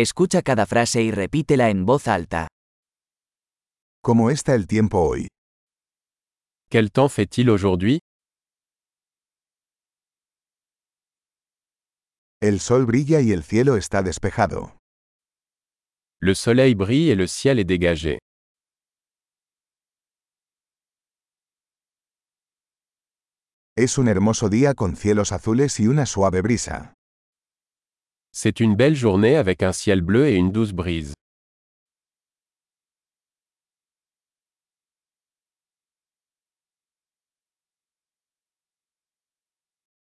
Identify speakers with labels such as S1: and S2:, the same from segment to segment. S1: Escucha cada frase y repítela en voz alta.
S2: ¿Cómo está el tiempo hoy?
S3: Quel temps fait-il aujourd'hui
S2: El sol brilla y el cielo está despejado.
S3: Le soleil brille et le ciel est dégagé.
S2: Es un hermoso día con cielos azules y una suave brisa.
S3: C'est une belle journée avec un ciel bleu et une douce brise.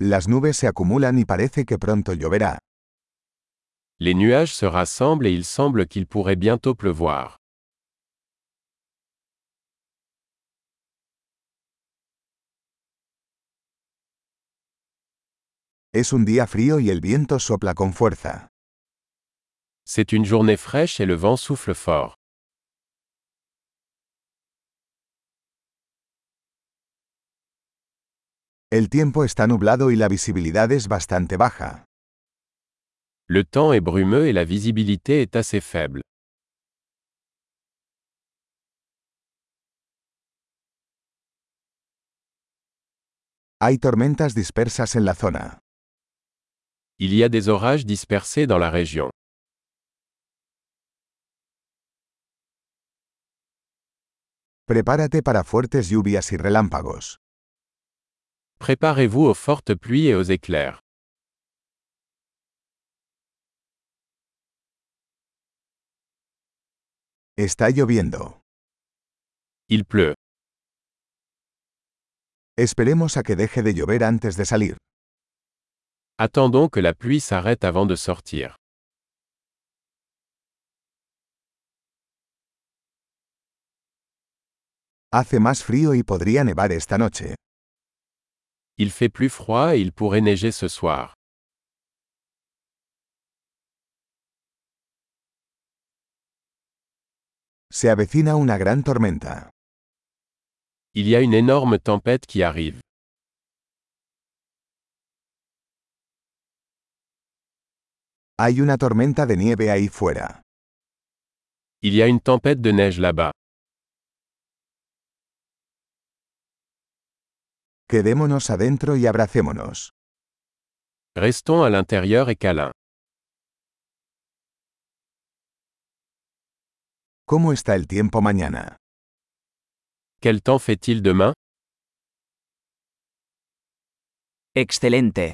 S2: Las nubes se acumulan y parece que pronto lloverá.
S3: Les nuages se rassemblent et il semble qu'il pourrait bientôt pleuvoir.
S2: Es un día frío y el viento sopla con fuerza.
S3: C'est une journée fraîche et le vent souffle fort.
S2: El tiempo está nublado y la visibilidad es bastante baja.
S3: Le temps est brumeux et la visibilité est assez faible.
S2: Hay tormentas dispersas en la zona.
S3: Il y a des orages dispersés dans la région.
S2: Prepárate para fuertes lluvias y relámpagos.
S3: Préparez-vous aux fortes pluies et aux éclairs.
S2: Está lloviendo.
S3: Il pleut.
S2: Esperemos a que deje de llover antes de salir.
S3: Attendons que la pluie s'arrête avant de sortir.
S2: Hace más frío y podría nevar esta noche.
S3: Il fait plus froid et il pourrait neiger ce soir.
S2: Se avecina una gran tormenta.
S3: Il y a une énorme tempête qui arrive.
S2: Hay una tormenta de nieve ahí fuera.
S3: Il y a une tempête de neige là-bas.
S2: Quedémonos adentro y abracémonos.
S3: Restons à l'intérieur et câlin.
S2: ¿Cómo está el tiempo mañana?
S3: Quel temps fait-il demain
S1: Excelente.